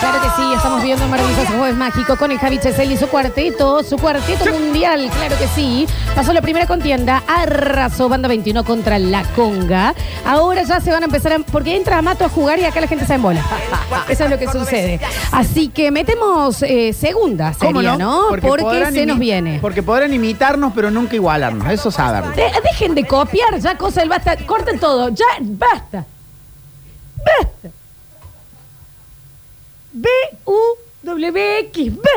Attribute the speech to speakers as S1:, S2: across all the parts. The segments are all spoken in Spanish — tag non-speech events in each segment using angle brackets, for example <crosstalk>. S1: Claro que sí, eh. estamos viendo un maravilloso jueves mágico con el Javi Chesel y su cuarteto, su cuarteto mundial, claro que sí. Pasó la primera contienda, arrasó Banda 21 contra La Conga. Ahora ya se van a empezar, a, porque entra Amato a jugar y acá la gente se <laughs> embola. Eso es lo que sucede. Así que metemos eh, segunda
S2: ¿Cómo
S1: sería, ¿no? Porque,
S2: podrán
S1: se nos
S2: imi-
S1: viene.
S2: Porque podrán imitarnos, pero nunca igualarnos. Eso saberlo.
S1: De- dejen de copiar, ya cosa del basta. Corten todo, ya basta. Basta. B-U-W-X, basta.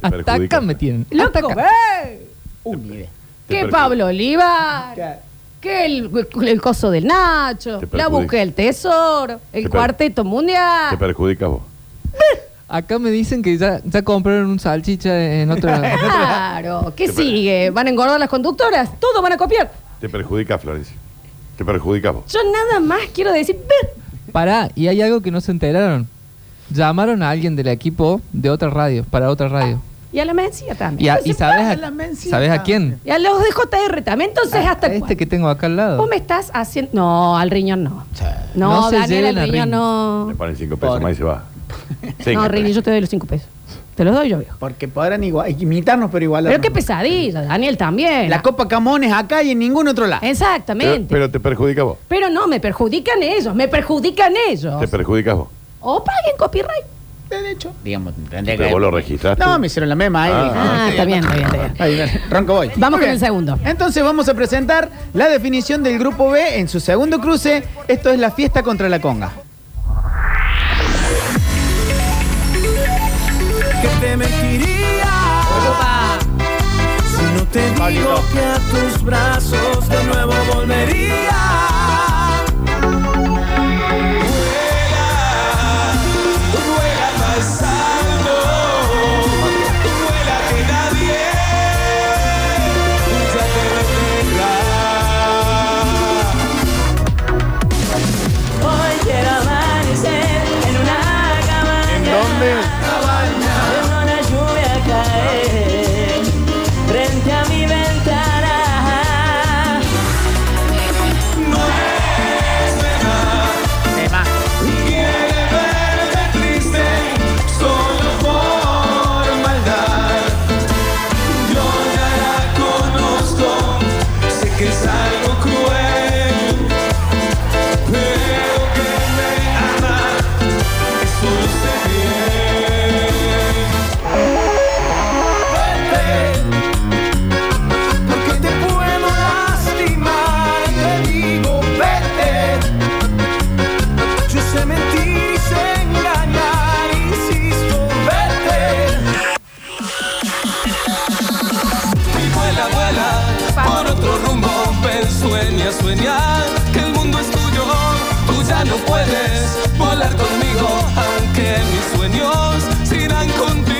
S3: Te perjudica.
S4: Hasta acá me tienen. Hasta
S1: Loco,
S4: acá.
S1: ¡eh!
S3: Te
S1: que
S3: perju-
S1: Pablo Olivar, que el, el coso del Nacho,
S3: Te perjudica.
S1: la busca del tesoro, el
S3: per-
S1: cuarteto
S3: Te
S1: mundial.
S3: perjudicas vos.
S4: Acá me dicen que ya, ya compraron un salchicha en otro lado.
S1: <laughs> Claro, ¿qué
S3: Te per-
S1: sigue? ¿Van a engordar las conductoras? Todo van a copiar.
S3: Te perjudicas, Florencia. Te perjudicas vos.
S1: Yo nada más quiero decir. "Ve".
S4: Pará, y hay algo que no se enteraron. Llamaron a alguien del equipo de otra radio, para otra radio. Ah,
S1: Y a la Mencía
S4: Y,
S1: también.
S4: a-
S2: se
S4: y sabes,
S2: paga la
S4: a,
S2: mencita.
S4: ¿sabes a quién?
S1: Y a los de JR también. Entonces,
S4: A-
S1: ¿hasta
S4: a este
S1: cuándo?
S4: que tengo acá al lado.
S1: Vos me estás haciendo. No, al riñón no. No,
S4: No se
S1: Daniel, al
S4: lleven al
S1: riñón,
S4: riñón.
S1: no.
S3: Me ponen cinco pesos más y
S1: <laughs>
S3: se va. Cinco
S1: no, Rini,
S3: pesos.
S1: yo te doy los cinco pesos. Te los doy yo, viejo.
S2: Porque podrán igua- imitarnos, pero igualarnos.
S1: Pero qué pesadilla, Daniel también.
S2: La Copa Camones acá y en ningún otro
S1: ¿Eh?
S2: lado.
S1: Exactamente.
S3: Pero, pero te perjudicas vos.
S1: Pero no, me perjudican ellos, me perjudican ellos.
S3: Te perjudicas vos.
S1: O paguen copyright.
S2: De hecho, digamos, tendría
S3: Pero vos lo registraste.
S2: No, me hicieron la mema ahí.
S3: Ah,
S1: Ah, está bien, está bien, está bien.
S2: Ahí, dale, ronco voy.
S1: Vamos
S2: Muy
S1: con
S2: bien.
S1: el segundo.
S2: Entonces vamos a presentar la definición del grupo B en su segundo cruce. Esto es la fiesta contra la conga.
S5: que te mentiría si no te digo que a tus brazos de nuevo volvería. Duela, duela más algo, duela que nadie ya te detendrá.
S6: Hoy quiero amanecer en una cabaña. ¿En dónde? Cabaña. la lluvia caer frente a mi ventana.
S5: triste solo por maldad. Yo ya la conozco, sé que es algo cruel, pero que me ama, eso lo sé bien. Vete, porque te puedo lastimar, te digo vete. Yo sé mentir y sé engañar, insisto, vete. Mi vuela, vuela, por otro rumbo, ven, sueña, sueña, que el mundo es tuyo. Tú ya no puedes volar conmigo, aunque mis sueños se irán contigo.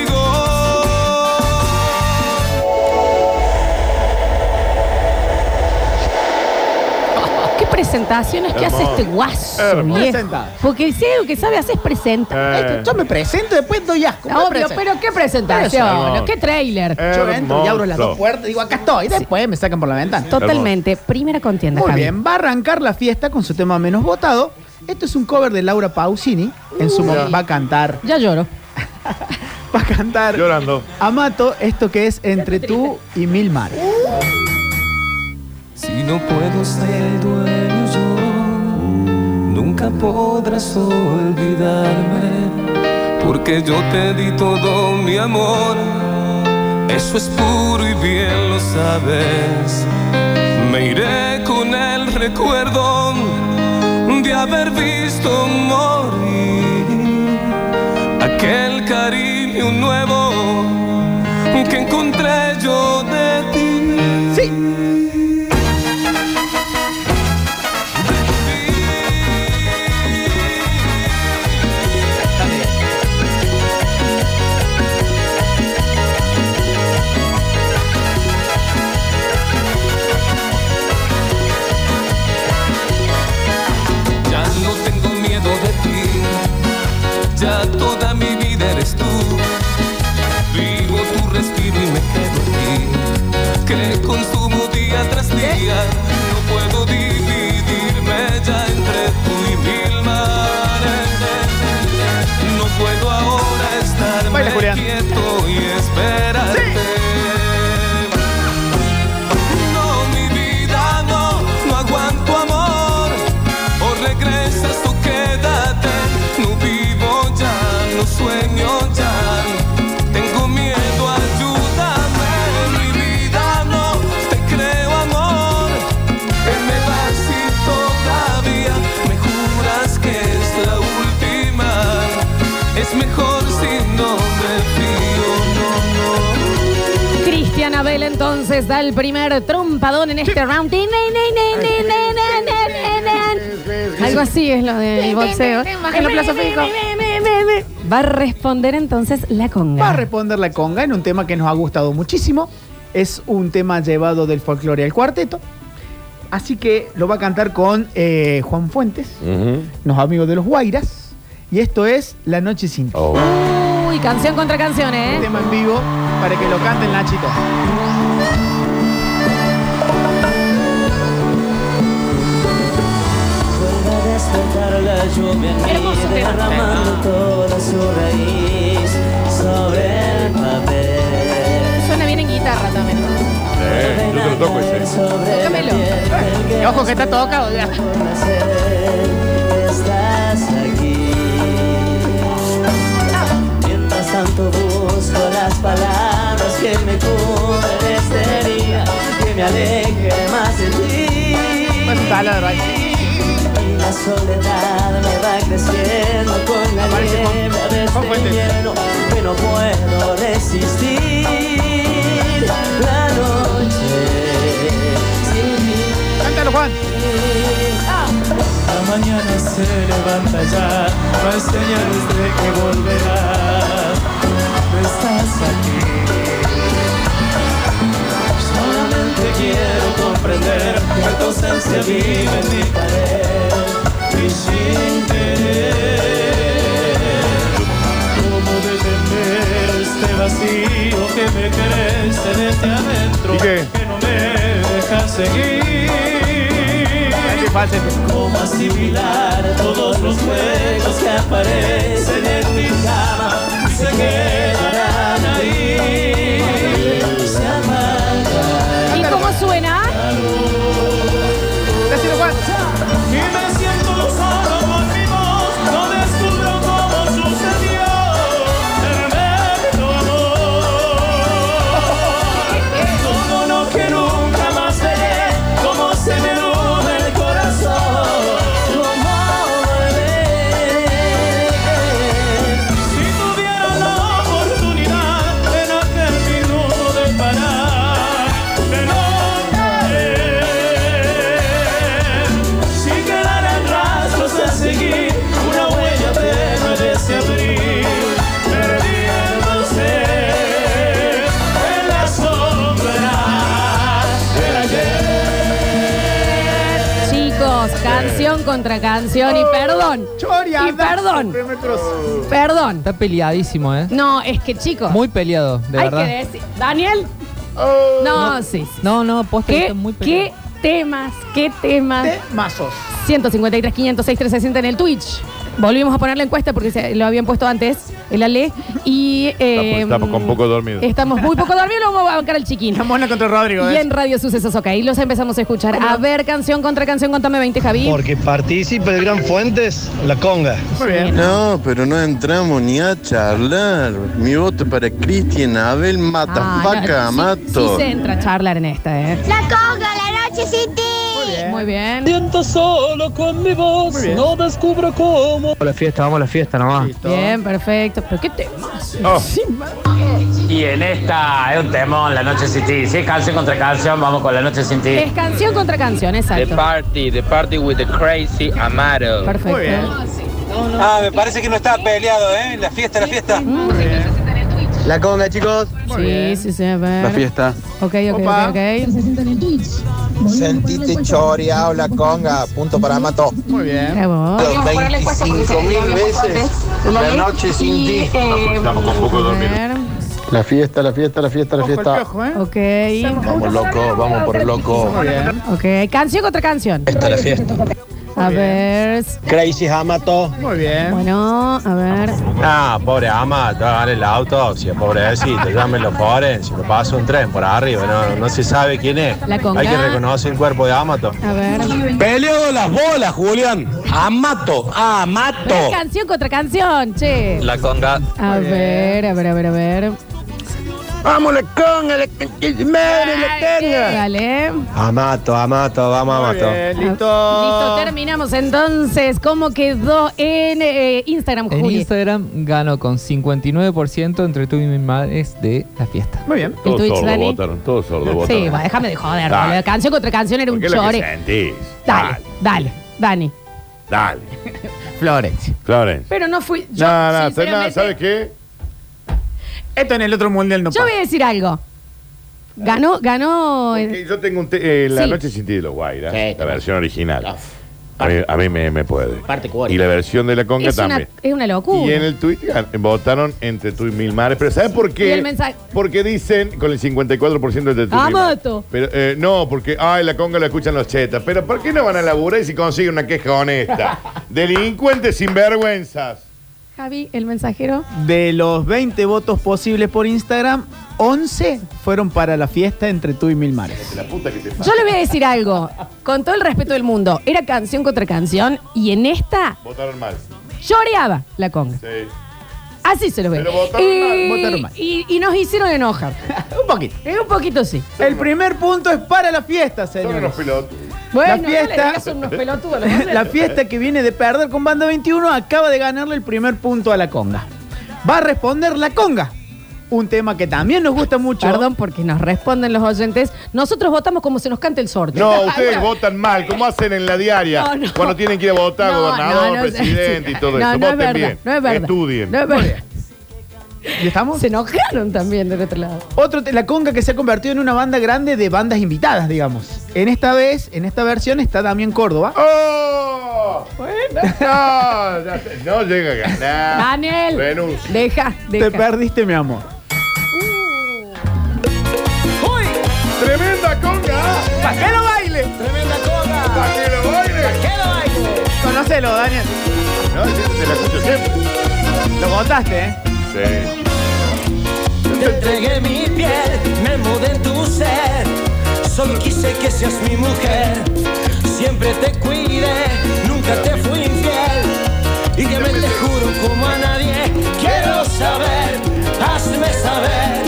S1: Qué presentaciones que hace
S3: Hermoso.
S1: este guaso,
S3: Hermoso.
S1: viejo.
S2: Presenta.
S1: Porque el ciego que sabe hacer es presenta.
S3: Eh,
S2: Yo me presento, después doy asco. me
S1: Obvio,
S2: presento.
S1: pero qué presentación,
S3: Hermoso.
S1: qué trailer.
S2: Yo entro y abro las dos
S3: hermoso.
S2: puertas, digo acá estoy, y después me sacan por la ventana.
S1: Totalmente. Primera contienda,
S2: Muy
S1: Javi.
S2: bien, va a arrancar la fiesta con su tema menos votado. Esto es un cover de Laura Pausini. En su mo- va a cantar,
S1: Ya lloro.
S2: va a cantar
S3: Llorando.
S2: Amato, esto que es Entre tú y Mil Mares.
S5: Si no puedo ser dueño yo, nunca podrás olvidarme, porque yo te di todo mi amor, eso es puro y bien lo sabes. Me iré con el recuerdo de haber visto morir aquel cariño nuevo que encontré yo de ti.
S2: Sí.
S5: Ya no tengo miedo de ti, ya toda mi vida eres tú. esperarte. No, mi vida, no, no aguanto amor. O regresas o quédate. No vivo ya, no sueño ya. Tengo miedo, ayúdame. Mi vida, no, te creo amor. Él me va si todavía me juras que es la última. Es mejor si no me fío, no, no.
S1: Cristian Abel entonces da el primer trompadón en este round. Tin, nin, nin, nin, nin, nin, nin, nin, nin. Algo así es lo del boxeo. En los plazos fijos. Va a responder entonces la
S2: Va a
S1: conga.
S2: responder la conga en un tema que nos ha gustado muchísimo. Es un tema llevado del folclore al cuarteto. Así que lo va a cantar con eh, Juan Fuentes,
S3: Ujú.
S2: los amigos de los Guairas. Y esto es La Noche Sin Ti.
S3: Oh.
S1: Uy, canción contra canción,
S2: Un
S1: ¿eh?
S2: tema en vivo para que lo canten Nachito.
S6: Vuelve a despertar la lluvia en mí,
S1: Hermoso tema.
S6: derramando toda su raíz sobre el papel.
S1: Suena bien en guitarra también.
S3: Eh, yo te lo toco ese.
S1: Tócamelo.
S6: Tócamelo.
S1: Ojo que está tocado ya.
S6: Estás aquí. Mientras tanto busco las palabras que me cubren este día, que me alejen más de ti. Y la soledad me va creciendo con la
S2: Aparece Juan-
S6: niebla de
S2: Juan
S6: este
S2: Fuentes.
S6: invierno que no puedo resistir la noche sin ti.
S2: Cántalo, Juan.
S6: La mañana se levanta ya, no hay señales de que volverás. No estás aquí. Solamente quiero comprender que tu ausencia vive en mi pared y sin querer. ¿Cómo detener este vacío que me crece desde adentro?
S3: ¿Y qué?
S6: Que no me deja seguir. ¿Cómo asimilar todos los juegos que aparecen en mi cama? Se quedarán ahí, se apagarán
S1: ¿Y cómo suena?
S2: Decilo, Juan.
S6: y me siento solo con mi voz. No descubro cómo sucedió tremendo amor. Como no que nunca más veré, como se me nube el corazón. Cómo volver. Si tuviera la oportunidad de no terminar de parar, de no caer. Si quedaran rastros a seguir, una huella tenue de ese abrir, perdiéndose en la sombra del ayer.
S1: Chicos, canción contra canción.
S4: Oh.
S1: Y perdón.
S2: Choria.
S1: Y perdón.
S2: Primer trozo.
S1: Perdón.
S4: Está peleadísimo, ¿eh?
S1: No, es que chicos.
S4: Muy peleado, de
S1: hay
S4: verdad. Oh.
S1: que decir. Daniel. No, sí. sí.
S4: No, no, posta que
S1: ¿Qué,
S4: está muy
S1: qué
S4: peleado.
S1: temas? ¿Qué temas?
S2: Temazos.
S1: 153, 506, 360 en el Twitch. Volvimos a poner la encuesta porque se- lo habían puesto antes, el Ale. Y. eh,
S3: Está po- está con poco dormido.
S1: Estamos muy poco dormidos, lo vamos a bancar al chiquín.
S3: <laughs>
S2: La mona contra Rodrigo.
S1: Y
S2: ¿eh?
S1: en Radio Sucesos, ok. Los empezamos a escuchar. A ver, canción contra canción, contame 20, Javi.
S7: Porque participa el Gran Fuentes, la conga.
S2: Muy bien.
S8: No, pero no entramos ni a charlar. Mi voto para Cristian Abel
S1: Ah,
S8: mata
S1: no,
S8: vaca,
S1: sí-
S8: mato.
S1: Sí, se entra a charlar en esta, ¿eh?
S9: La conga, la noche sin ti.
S1: Muy bien.
S6: Siento solo con mi voz,
S2: bien.
S6: no descubro cómo
S7: Vamos a la fiesta, vamos a la fiesta nomás.
S2: Listo.
S1: Bien, perfecto. Pero qué temas.
S3: Oh.
S10: Y en esta es un temón, La Noche Sin Ti. Si es canción contra canción, vamos con La Noche Sin Ti.
S1: Es canción contra canción, exacto.
S11: party, the party with the crazy Amaro.
S2: Muy bien.
S1: Perfecto.
S11: Ah, me parece que no está peleado, ¿eh? La fiesta, la fiesta.
S1: este.
S7: La conga, chicos.
S2: Muy
S1: Sí,
S2: bien.
S1: sí, sí, a ver.
S8: fiesta.
S1: Ok, ok,
S2: Opa.
S1: ok, ok.
S7: Sentite choreado la conga, punto para Mato.
S2: Muy bien.
S1: Bravo.
S7: 25 mil veces la noche sin ti.
S3: Estamos con poco
S1: A
S3: dormido.
S1: ver.
S7: La fiesta, la fiesta, la fiesta, la
S2: Ojo el
S7: fiesta.
S2: piojo, ¿eh?
S1: Ok,
S8: Vamos loco, vamos por loco.
S2: Muy bien.
S1: ok. Canción contra canción.
S7: Esta es la fiesta.
S1: A ver.
S12: Crazy Hamato.
S2: Muy bien.
S1: Bueno, a ver.
S12: Ah, pobre ama, te va a ganar el auto, si es pobrecito, llámenlo forense, lo pasa un tren por arriba, no, no se sabe quién es.
S1: La conga.
S12: Hay que reconocer el cuerpo de Amato.
S1: A ver.
S12: Peleo las bolas, Julián. Amato,
S1: Pero
S12: Amato.
S1: es Canción contra canción, che.
S12: La conga.
S1: A ver, a ver, a ver, a ver.
S12: Vamos, la conga, la madre,
S1: la conga. Dale.
S12: Amato, Amato, vamos, Amato. Oh.
S1: Listo, terminamos entonces. ¿Cómo quedó en eh, Instagram,
S4: En
S1: Juli?
S4: Instagram gano con 59% entre tú y mis madres de la fiesta.
S1: Muy bien. ¿En
S3: Todos
S1: Twitch,
S3: sordos
S1: Dani?
S3: votaron, todos sordos votaron.
S1: Sí, va, déjame de joder,
S12: Ah.
S3: Dale.
S1: boludo. Canción contra canción era un
S3: ¿Qué es lo que
S1: chore.
S3: sentís?
S1: Dale, dale, Dani.
S3: Dale.
S2: Florence.
S3: Florence.
S1: Pero no fui. Yo,
S3: No, no,
S1: sinceramente,
S3: no, ¿sabes qué?
S2: Esto en el otro mundial no
S1: yo voy a decir algo. Ganó, ganó. eh,
S3: Yo tengo un te- eh, La
S1: Sí.
S3: Noche sin ti de los Guaira, la versión original. A mí, a mí me, me puede.
S1: Parte
S3: y la versión de la conga
S1: es, una,
S3: también.
S1: es una locura.
S3: Y en el tweet votaron entre tú y mil mares. Pero ¿sabes por
S1: Y el
S3: qué?
S1: mensaje. Ah,
S3: Porque dicen con el 54% de tu
S1: Amato.
S3: Pero, eh, no, porque, ay, la conga la escuchan los chetas. Pero ¿por qué no van a laburar y si consiguen una queja
S1: <laughs>
S3: honesta? Delincuentes sinvergüenzas.
S1: Javi, el mensajero.
S2: De los 20 votos posibles por Instagram, 11 fueron para la fiesta entre tú y Mil Mares.
S3: La puta que te
S1: Yo le voy a decir algo. Con todo el respeto del mundo, era canción contra canción y en esta
S3: Votaron mal.
S1: lloreaba la conga.
S3: Sí.
S1: Así se los ve.
S3: Pero votaron
S1: y,
S2: mal, votaron mal.
S1: Y, y nos hicieron enojar.
S2: Un poquito.
S1: Eh, <laughs> un poquito sí.
S2: El primer punto es para la fiesta,
S3: Son
S2: señores.
S3: unos pilotos.
S1: Bueno,
S2: la
S1: no le
S2: fiesta,
S1: digas, son unos pelotudos. lo que
S2: <laughs> la
S1: hacen.
S2: fiesta que viene de perder con Banda 21 acaba de ganarle el primer punto a la conga. Va a responder la conga. Un tema que también nos gusta mucho.
S1: Perdón, porque nos responden los oyentes. Nosotros votamos como se nos cante el sorteo. <laughs>
S3: No, ustedes
S1: Ahora-
S3: votan mal, como hacen en la diaria.
S1: No, no.
S3: Cuando tienen que ir a votar,
S1: No,
S3: gobernador,
S1: no, no,
S3: presidente y
S1: <laughs> no,
S3: todo eso.
S1: no es
S3: voten
S1: verdad,
S3: bien.
S1: no es verdad.
S3: Estudien.
S1: No es verdad.
S2: ¿Y estamos?
S1: Se enojaron también del otro lado.
S2: Otro, te- la conga que se ha convertido en una banda grande de bandas invitadas, digamos. En esta vez, en esta versión, está Damián Córdoba.
S3: ¡Oh! No, ya sé, no llega a ganar.
S1: Daniel,
S3: Ah, Renuncia.
S1: deja,
S2: Te
S1: deja.
S2: perdiste, mi amor.
S3: ¡Tremenda conga!
S2: ¡Para que lo baile!
S5: Tremenda conga.
S3: ¡Para que lo baile!
S5: ¿Qué lo baile?
S2: Conocelo, Daniel.
S3: No, yo te la escucho siempre.
S2: Lo votaste, ¿eh?
S3: Sí.
S5: Te entregué mi piel, me mudé en tu ser. Solo quise que seas mi mujer. Siempre te cuidé, nunca te fui infiel. Y que me te juro como a nadie. Quiero saber, hazme saber.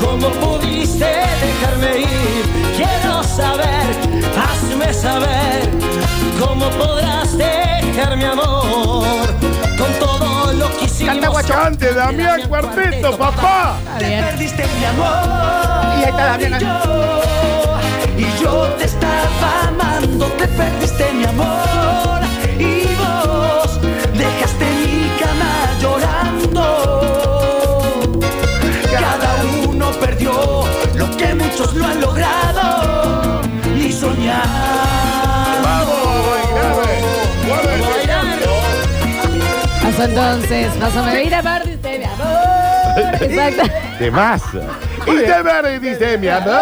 S5: ¿Cómo pudiste dejarme ir? Quiero saber, hazme saber. ¿Cómo podrás dejar mi amor? Con todo lo que hicimos.
S2: Canta, guacho.
S3: ¡Cante, Damián Cuarteto, papá!
S1: Está bien.
S5: Perdiste mi amor.
S2: Y ahí está Damián.
S5: Y yo, y yo te estaba amando, te perdiste mi amor. Y vos dejaste mi cama llorando. Cada uno perdió lo que muchos no han logrado. Ni soñar.
S3: ¡Vamos, Guaynave! ¡Guarda ese canto!
S1: Pasó entonces, pasó mi vida, perdiste mi amor. Exacto.
S3: ¡De masa! Y te veré, dice mi amor.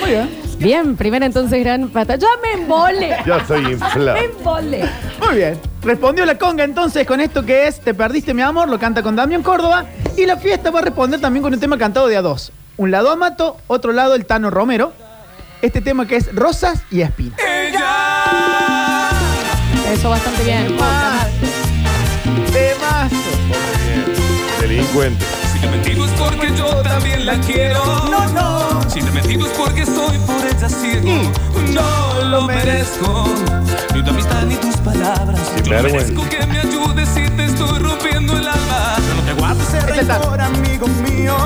S2: Muy bien.
S1: Bien, primero entonces gran pata. Yo me embole.
S3: Yo soy inflado.
S1: Me embole.
S2: Muy bien. Respondió la conga entonces con esto que es Te perdiste, mi amor, lo canta con Damián Córdoba. Y la fiesta va a responder también con un tema cantado de a dos. Un lado Amato, otro lado el Tano Romero. Este tema que es Rosas y Espina.
S1: Eso bastante bien.
S2: Temazo.
S3: Delincuente.
S5: Si te mentimos porque yo también la quiero. No, no. Mm. Si te mentimos porque estoy por ella ciego. No lo merezco. Ni tu amistad ni tus palabras.
S3: Sin
S5: yo no
S3: vergüenza.
S5: merezco que me ayudes si te estoy rompiendo el alma. No te guardes el
S2: Este está.
S5: rencor, amigo mío.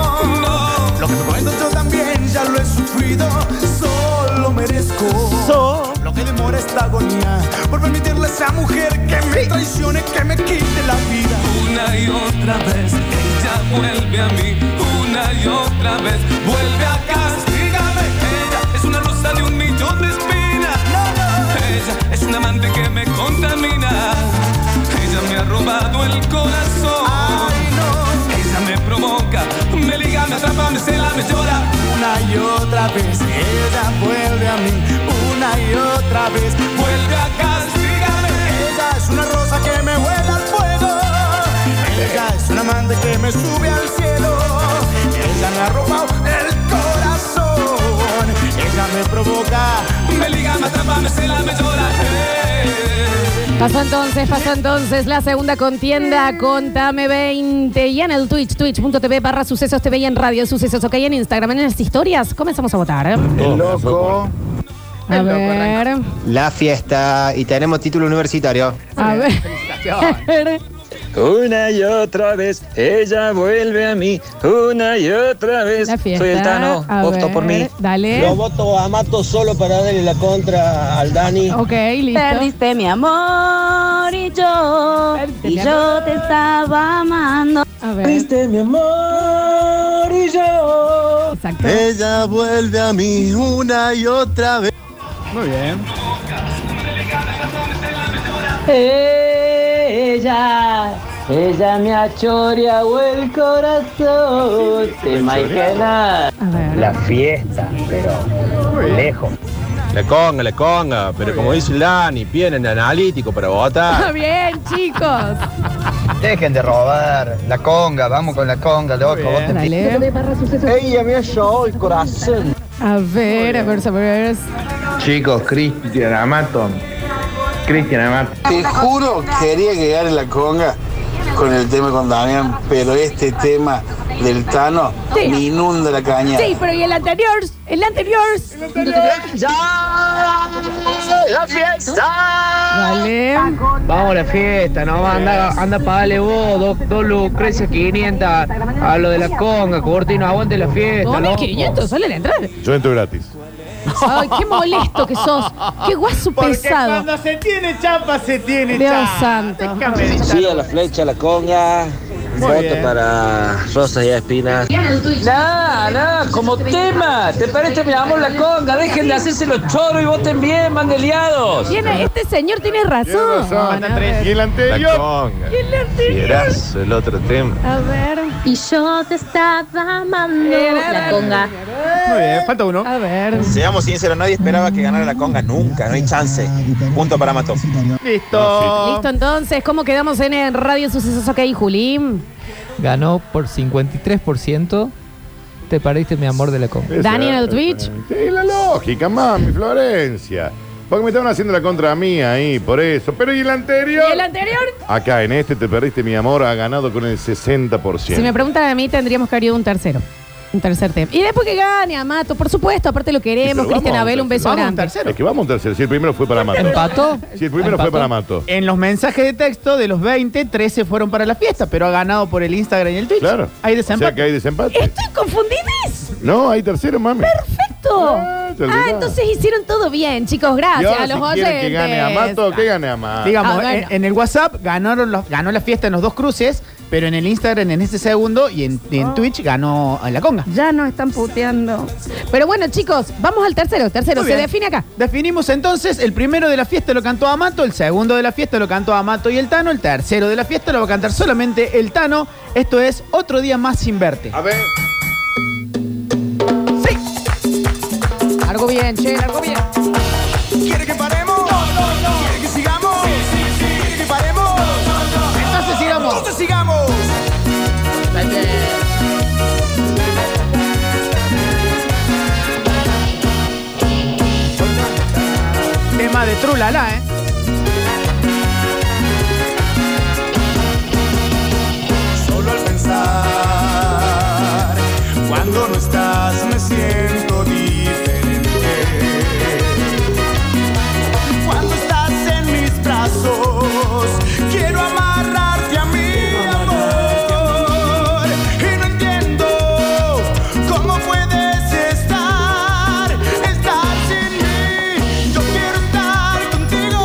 S5: No. Lo que te cuento yo también ya lo he sufrido. Solo merezco.
S2: So-
S5: Lo que demora esta agonía por permitirle a esa mujer que me traicione, que me quite la vida. Una y otra vez ella vuelve a mí, una y otra vez vuelve a castigarme. Ella es una rosa de un millón de espinas. Ella es un amante que me contamina. Ella me ha robado el corazón. Ella me provoca, me liga, me
S6: atrapa, me cela, me llora. Una y otra vez ella vuelve a mí, una y otra vez vuelve a castigarme. Ella es una rosa que me vuela al fuego, ella es una amante que me sube al cielo, ella me ha robado el corazón, ella me provoca, me liga, me atrapa, me cela, me llora.
S1: Pasó entonces, pasó entonces la segunda contienda. Contame 20. Y en el Twitch, twitch.tv barra sucesos TV y en radio sucesos. Ok, en Instagram, en las historias. Comenzamos a votar.
S13: El loco.
S1: A ver.
S13: La fiesta. Y tenemos título universitario.
S1: A ver.
S14: Una y otra vez, ella vuelve a mí. Una y otra vez,
S1: La fiesta,
S14: soy el Tano,
S1: a
S14: voto
S1: ver,
S14: por mí.
S1: Dale.
S15: Lo voto a Mato solo para darle la contra al Dani.
S1: Ok, listo.
S16: Perdiste mi amor y yo,
S1: mi
S16: y yo te estaba amando.
S15: Perdiste mi amor y yo.
S1: Exacto.
S17: Eh,
S18: Ella vuelve a mí una y otra vez.
S2: Muy bien.
S4: Ella, ella me ha choreado el corazón. ¿Te imaginas?
S19: La fiesta, pero lejos. La conga, la conga, pero como dice Lani, vienen analítico para votar.
S1: <laughs> Bien, chicos.
S17: Dejen de robar. La conga, vamos con la conga, loco.
S1: bien.
S17: vos te-
S1: Dale.
S17: Ella me ha llevado el corazón.
S1: A ver, a ver, a ver.
S13: Chicos, Cristian Amato. Cristian Amato.
S20: Te juro, quería que gane la conga con el tema con Damián, pero este tema del Tano
S1: Sí.
S20: me inunda la caña.
S1: Sí, pero y el anterior, el anterior.
S4: Ya, la fiesta.
S1: Dale.
S21: Vamos a la fiesta, no anda, anda pagale vos, dos, dos lucrecias 500 a lo de la conga, Cortino, aguante la fiesta, loco.
S1: 2500 sale la entrada.
S3: Yo entro gratis.
S1: Ay, qué molesto que sos. Qué guaso
S2: Porque
S1: pesado.
S2: cuando se tiene chapa, se tiene
S1: Dios
S2: chapa.
S1: santo.
S2: Déjame de estar.
S22: Sí, a la flecha, a la conga.
S2: Muy
S22: voto
S2: bien.
S22: para Rosas y Espinas.
S4: Nah, nah, como tema. Te parece, mi amor, la conga. Dejen de hacerse los choros y voten bien, mangeliados.
S1: Tiene- este señor tiene
S3: Tiene
S1: razón.
S3: razón.
S1: A ver.
S3: Y el
S19: La
S3: anterior.
S19: conga.
S1: Y el anterior.
S19: Fierazo, el otro tema.
S1: A ver.
S16: Y yo te estaba amando.
S1: Eh,
S16: La conga.
S2: Muy bien, falta uno.
S1: A ver.
S15: Seamos sinceros, nadie esperaba que ganara la conga nunca, no hay chance. Punto para Mato.
S2: Listo.
S1: Listo, entonces, ¿cómo quedamos en el Radio Sucesos OK, Julín?
S23: Ganó por 53%. Te perdiste mi amor de la conga.
S1: Dani en el Twitch.
S3: Sí, la lógica, mami, Florencia. Porque me estaban haciendo la contra mía ahí, por eso. Pero ¿y el
S1: ¿Y
S3: anterior?
S1: el anterior?
S3: Acá, en este te perdiste mi amor, ha ganado con el 60%.
S1: Si me preguntan a mí, tendríamos que haber ido un tercero. Un tercer tema. Y después que gane, Amato, por supuesto, aparte lo queremos.
S3: Pero vamos
S1: Cristian
S3: a un
S1: Abel, un beso
S2: Vamos a un
S1: grande.
S2: tercero.
S3: Es que vamos a un tercero. Si el primero fue para Mato.
S23: ¿Empató?
S3: Si el primero fue
S23: ¿Empató?
S3: para Mato.
S2: En los mensajes de texto de los 20, 13 fueron para la fiesta, pero ha ganado por el Instagram y el Twitch.
S3: Claro.
S2: Hay
S3: O sea
S2: desempate.
S3: que hay desempate.
S1: Estoy confundidísimo.
S3: No, hay tercero, mami.
S1: Perfecto.
S3: Ah, te olvidás.
S1: Ah, entonces hicieron todo bien, chicos.
S3: Y
S1: Gracias
S3: ahora,
S1: a los
S3: si quiere
S1: oyentes.
S3: que gane Amato, que gane Amato.
S2: Digamos,
S1: Ah, bueno.
S2: en, en el WhatsApp ganaron los- ganó la fiesta en los dos cruces, pero en el Instagram en ese segundo y en,
S1: Oh.
S2: y en Twitch ganó a la conga.
S16: Ya nos están puteando.
S1: Pero bueno, chicos, vamos al tercero. Tercero,
S2: Muy
S1: se
S2: bien.
S1: define acá.
S2: Definimos entonces, el primero de la fiesta lo cantó Amato, el segundo de la fiesta lo cantó Amato y el Tano, el tercero de la fiesta lo va a cantar solamente el Tano. Esto es Otro Día Más Sin Verte.
S3: A ver.
S1: Largo bien, che, largo bien.
S6: ¿Quiere que paremos? ¿Quiere que sigamos? ¿Quiere que paremos?
S2: Entonces sigamos.
S6: Entonces sigamos.
S2: Tema de Trulala, ¿eh?
S6: Solo al pensar, cuando no estás me siento diferente. Cuando estás en mis brazos, quiero amarrarte a mi amor. Y no entiendo cómo puedes estar, estar sin mí. Yo quiero estar contigo.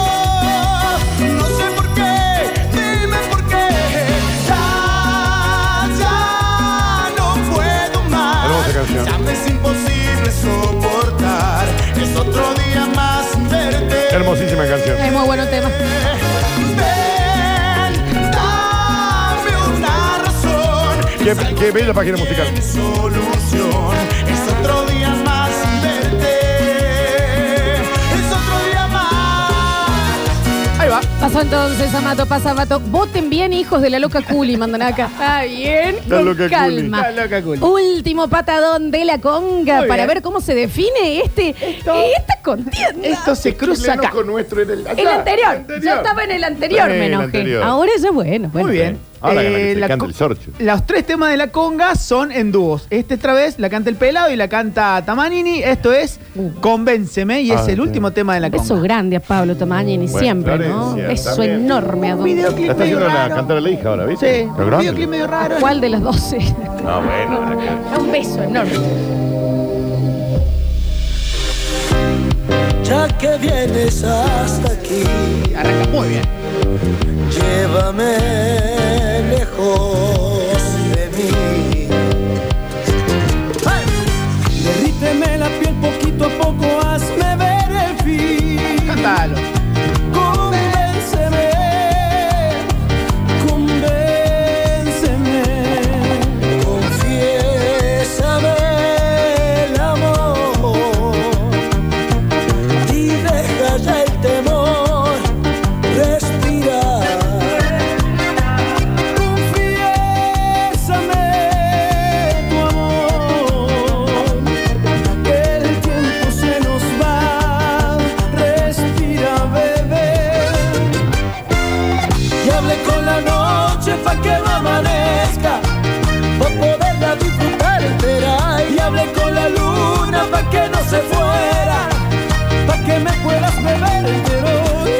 S3: Qué, qué bella página musical.
S24: solución. Es otro día más sin verte. Es otro día más.
S1: Ahí va. Pasó entonces, Amato, pasa, Amato. Voten bien, hijos de la loca Culi, mandan acá. Está bien.
S3: La
S1: con
S3: loca Culi.
S1: calma.
S3: La loca Culi.
S1: Último patadón de la conga
S3: Muy
S1: para
S3: bien.
S1: ver cómo se define este, esta contienda.
S2: Esto se cruza acá.
S3: Con nuestro en el,
S1: El anterior. Yo estaba en el anterior,
S3: Sí,
S1: me
S3: el
S1: enojé.
S3: anterior.
S1: Ahora ya bueno, bueno.
S2: Muy bien.
S3: Ahora gana
S2: Eh,
S3: que te
S2: la
S3: cante
S2: co-
S3: el sorcho.
S2: Los tres temas de la conga son en dúos. Este otra vez la canta el pelado y la canta Tamanini. Esto es Convénceme y es
S3: Ah,
S2: el último tema de la conga.
S1: Uh. Beso grande a Pablo Tamañini
S3: Bueno,
S1: siempre, ¿no?
S3: Florencia,
S1: Beso
S3: también.
S1: enorme a Don
S3: La está haciendo la cantar a la hija ahora, ¿viste?
S1: Sí.
S3: Lo grande.
S2: medio raro.
S1: ¿Cuál de las dos?
S3: No, bueno. la can-
S1: Un beso enorme.
S24: Ya que vienes hasta aquí.
S2: Arranca muy bien.
S24: Llévame lejos de mí. Derríteme la piel poquito a poco, hazme ver el fin.
S2: Cántalo.
S24: Convénceme, convénceme, confiésame el amor y deja ya el temor respirar. Confiésame tu amor, que el tiempo se nos va. Respira, bebé. Y hable con la noche pa' que no amanezca, pa' poderla disfrutar entera. Y hable con la luna pa' que no se fuera, pa' que me puedas beber entero.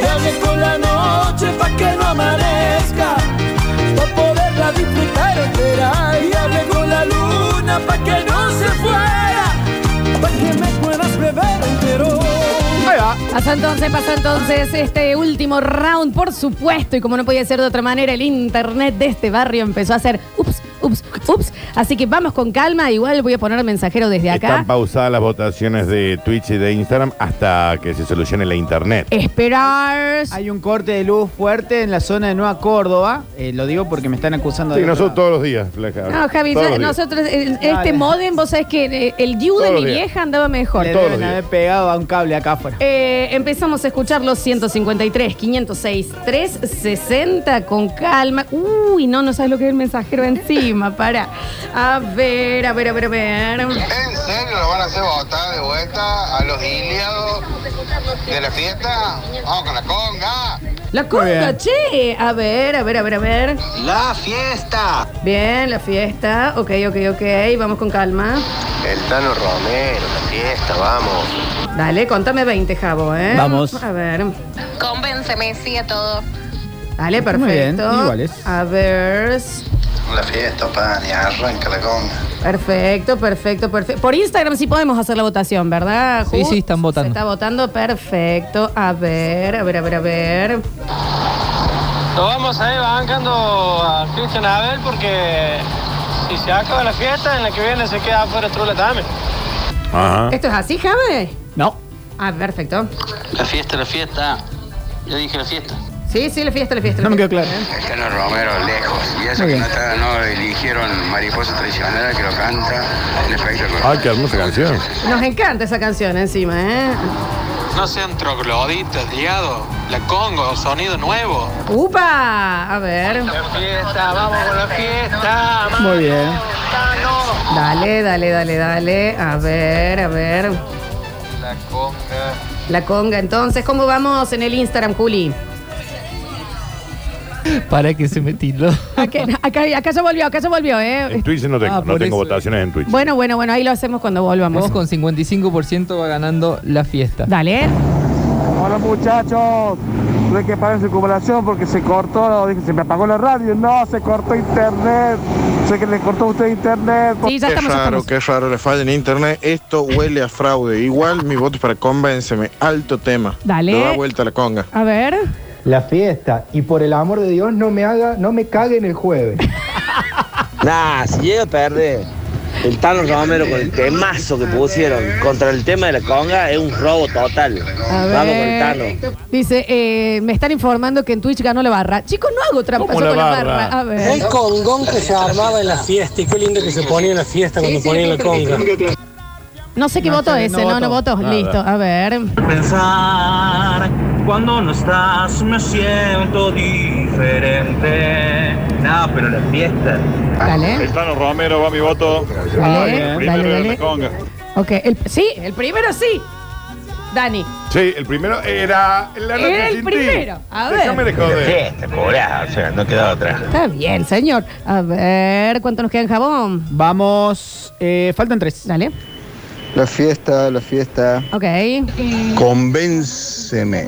S24: Y hable con la noche pa' que no amanezca pa' poderla disfrutar entera y hable con la luna pa' que no se fuera, pa' que me puedas beber entero.
S1: Pasó entonces, pasó entonces este último round, por supuesto. Y como no podía ser de otra manera, el internet de este barrio empezó a hacer ups, ups, ups. Así que vamos con calma. Igual voy a poner mensajero desde acá.
S3: Están pausadas las votaciones de Twitch y de Instagram hasta que se solucione la internet.
S1: Esperar.
S2: Hay un corte de luz fuerte en la zona de Nueva Córdoba. Eh, lo digo porque me están acusando
S3: Sí,
S2: de.
S3: nosotros todos los días. la-
S1: Eh, No, Javi,
S3: todos
S1: ya-
S3: los días.
S1: nosotros, eh,
S2: Dale.
S1: este modem, vos sabés que eh, el Diu de
S3: Todos
S1: mi
S3: los días.
S1: vieja andaba mejor.
S2: Le
S3: Todos
S2: deben
S3: los días.
S2: haber pegado a un cable acá afuera.
S1: Eh, empezamos a escuchar los 153, 506, 360 con calma. Uy, no, no sabes lo que es el mensajero encima, <laughs> para. A ver, a ver, a ver, a ver.
S25: ¿En serio lo van a hacer votar de vuelta a los ilíados de la fiesta? Vamos con la conga.
S1: La conga, che. A ver, a ver, a ver, a ver.
S25: La fiesta.
S1: Bien, la fiesta. Ok, ok, ok. Vamos con calma.
S20: El Tano Romero, la fiesta, vamos.
S1: Dale, contame 20, Javo, ¿eh?
S20: Vamos.
S1: A ver.
S9: Convénceme, sí a todo.
S1: Dale, perfecto.
S20: Muy bien, iguales.
S1: A ver.
S20: La fiesta, pan, y arranca la conga.
S1: Perfecto, perfecto, perfecto. Por Instagram sí podemos hacer la votación, ¿verdad?
S4: Sí,
S1: Ju?
S4: sí, están
S1: Se
S4: votando.
S1: está votando, perfecto. A ver, a ver, a ver, a ver.
S11: Lo vamos a ir bancando a Cristian Abel porque si se acaba la fiesta, en la que viene se queda afuera Trula también.
S2: Ah.
S1: ¿Esto es así, Javi?
S2: No.
S1: Ah, perfecto.
S10: La fiesta, la fiesta. Yo dije la fiesta.
S1: Sí, sí, la fiesta, la fiesta. la
S2: No me quedó
S1: fiesta.
S2: claro.
S20: El Tano Romero, lejos. Y eso
S2: Muy bien.
S20: que no, está- no eligieron Mariposa Traicionera que lo canta en espectáculo.
S3: Ay, qué hermosa canción.
S1: Nos encanta esa canción encima, ¿eh?
S11: No sean trogloditas, diado. La Congo, sonido nuevo.
S1: ¡Upa! A ver.
S11: Fiesta, vamos con la fiesta.
S2: Muy bien.
S1: Dale, dale, dale, dale. A ver, a ver.
S11: La Conga.
S1: La conga, entonces, ¿cómo vamos en el Instagram, Juli?
S4: Para que se me tildó.
S1: Acá, acá, acá se volvió, acá se volvió, ¿eh?
S2: Este.
S3: En Twitch no tengo,
S4: Ah,
S3: no
S4: por
S3: tengo
S4: eso.
S3: votaciones en Twitch.
S1: Bueno, bueno, bueno, ahí lo hacemos cuando volvamos.
S4: Vos con 55% va ganando la fiesta.
S1: Dale.
S26: Hola muchachos, tuve que parar en circulación porque se cortó, dije, se me apagó la radio, no, se cortó internet, sé que le cortó a usted internet.
S27: qué raro, qué raro, le falla en internet. Esto huele a fraude. Igual mi voto es para convénceme. Alto tema.
S1: Dale.
S27: Le da vuelta la conga.
S1: A ver.
S28: La fiesta. Y por el amor de Dios, no me haga, no me caguen el jueves.
S26: Nah, si llega a perder,
S7: El Tano Romero con el temazo que pusieron contra el tema de la conga es un robo total.
S1: A ver.
S7: Vamos con el Tano.
S1: Dice, eh, me están informando que en Twitch ganó la barra. Chicos, no hago trampas con la barra. A ver.
S8: El congón que se armaba en la fiesta y qué lindo que se ponía en la fiesta cuando ponían la conga.
S1: No sé qué voto
S8: sé,
S1: ese,
S8: no
S1: no,
S8: voto.
S1: no voto.
S8: Nada.
S1: Listo, a ver.
S8: Pensar cuando no estás me siento diferente. No, pero la fiesta.
S1: Dale.
S29: El Tano Romero va mi voto.
S1: ¿eh?
S29: Ah,
S1: Dale,
S29: El
S1: dale,
S29: primero
S1: dale.
S29: de la conga.
S1: Ok, el- sí, el primero sí. Dani.
S3: Sí, el primero era la noche
S1: Era el
S3: sin ti.
S1: primero. A ver.
S3: Déjame de joder.
S12: Fiesta, pobreza, o sea, no queda otra.
S1: Está bien, señor. A ver, ¿cuánto nos queda en jabón?
S2: Vamos, eh, faltan tres.
S1: Dale.
S28: La fiesta, la
S2: Ah.
S28: fiesta.
S1: Ok.
S30: Convénceme.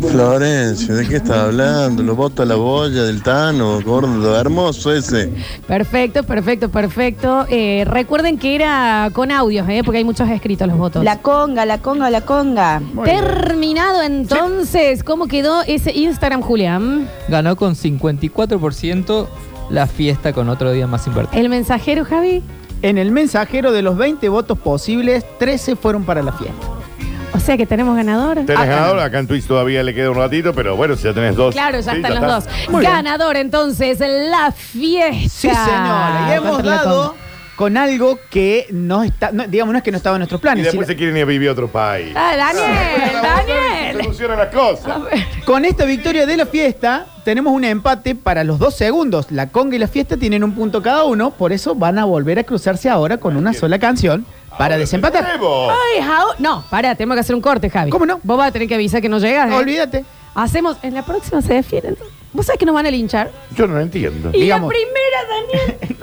S30: Florencio, ¿de qué está hablando? Lo bota la boya del Tano, gordo, hermoso ese.
S1: Perfecto, perfecto, perfecto. Eh, recuerden que era con audios, ¿eh? porque hay muchos escritos los votos.
S31: La conga, la conga, la conga.
S1: Terminado entonces, ¿cómo quedó ese Instagram, Julián?
S4: Ganó con 54% la fiesta con otro día más invertido.
S1: El mensajero, Javi.
S2: En el mensajero de los 20 votos posibles, 13 fueron para la fiesta.
S1: O sea que tenemos ganador.
S3: Tenés
S1: Ah,
S3: ganador, acá en Twitch todavía le queda un ratito, pero bueno, si ya tenés dos.
S1: Claro, ya
S3: Sí,
S1: están los
S3: está.
S1: dos. Ganador entonces, la fiesta.
S2: Sí, señora. Y hemos
S1: Contra la
S2: dado
S1: con-
S2: con algo que no está, no, digamos, no es que no estaba en nuestros
S3: Y
S2: planes.
S3: después se quieren ir a vivir a otro país.
S1: Ah, Daniel, Daniel.
S3: Soluciona las cosas.
S2: Con esta victoria de la fiesta, tenemos un empate para los dos segundos. La conga y la fiesta tienen un punto cada uno, por eso van a volver a cruzarse ahora con una sola canción para desempatar.
S1: Ay, Jau- No, pará, tenemos que hacer un corte, Javi. ¿Cómo no? Vos vas a tener que avisar que no llegas. ¿eh?
S2: Olvídate.
S1: Hacemos, en la próxima se defienden. ¿Vos sabés que nos van a linchar?
S3: Yo no entiendo.
S1: Y la primera, <laughs>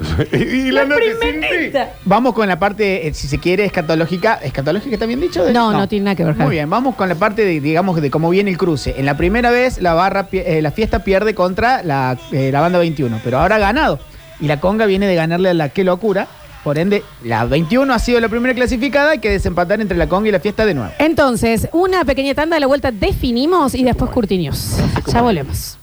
S1: Daniel.
S3: <laughs> y
S1: la
S3: la noche sin
S1: primerita.
S2: Vamos con la parte, eh, si se quiere, escatológica. ¿Escatológica está bien dicho?
S1: No, no tiene nada que ver, Javi.
S2: Muy bien, vamos con la parte, de, digamos, de cómo viene el cruce. En la primera vez, la barra, pie- eh, la fiesta pierde contra la, eh, la banda 21, pero ahora ha ganado. Y la conga viene de ganarle a la Qué Locura. Por ende, la 21 ha sido la primera clasificada. Hay que desempatar entre la conga y la fiesta de nuevo.
S1: Entonces, una pequeña tanda de la vuelta definimos y después Curtinios. Ya volvemos.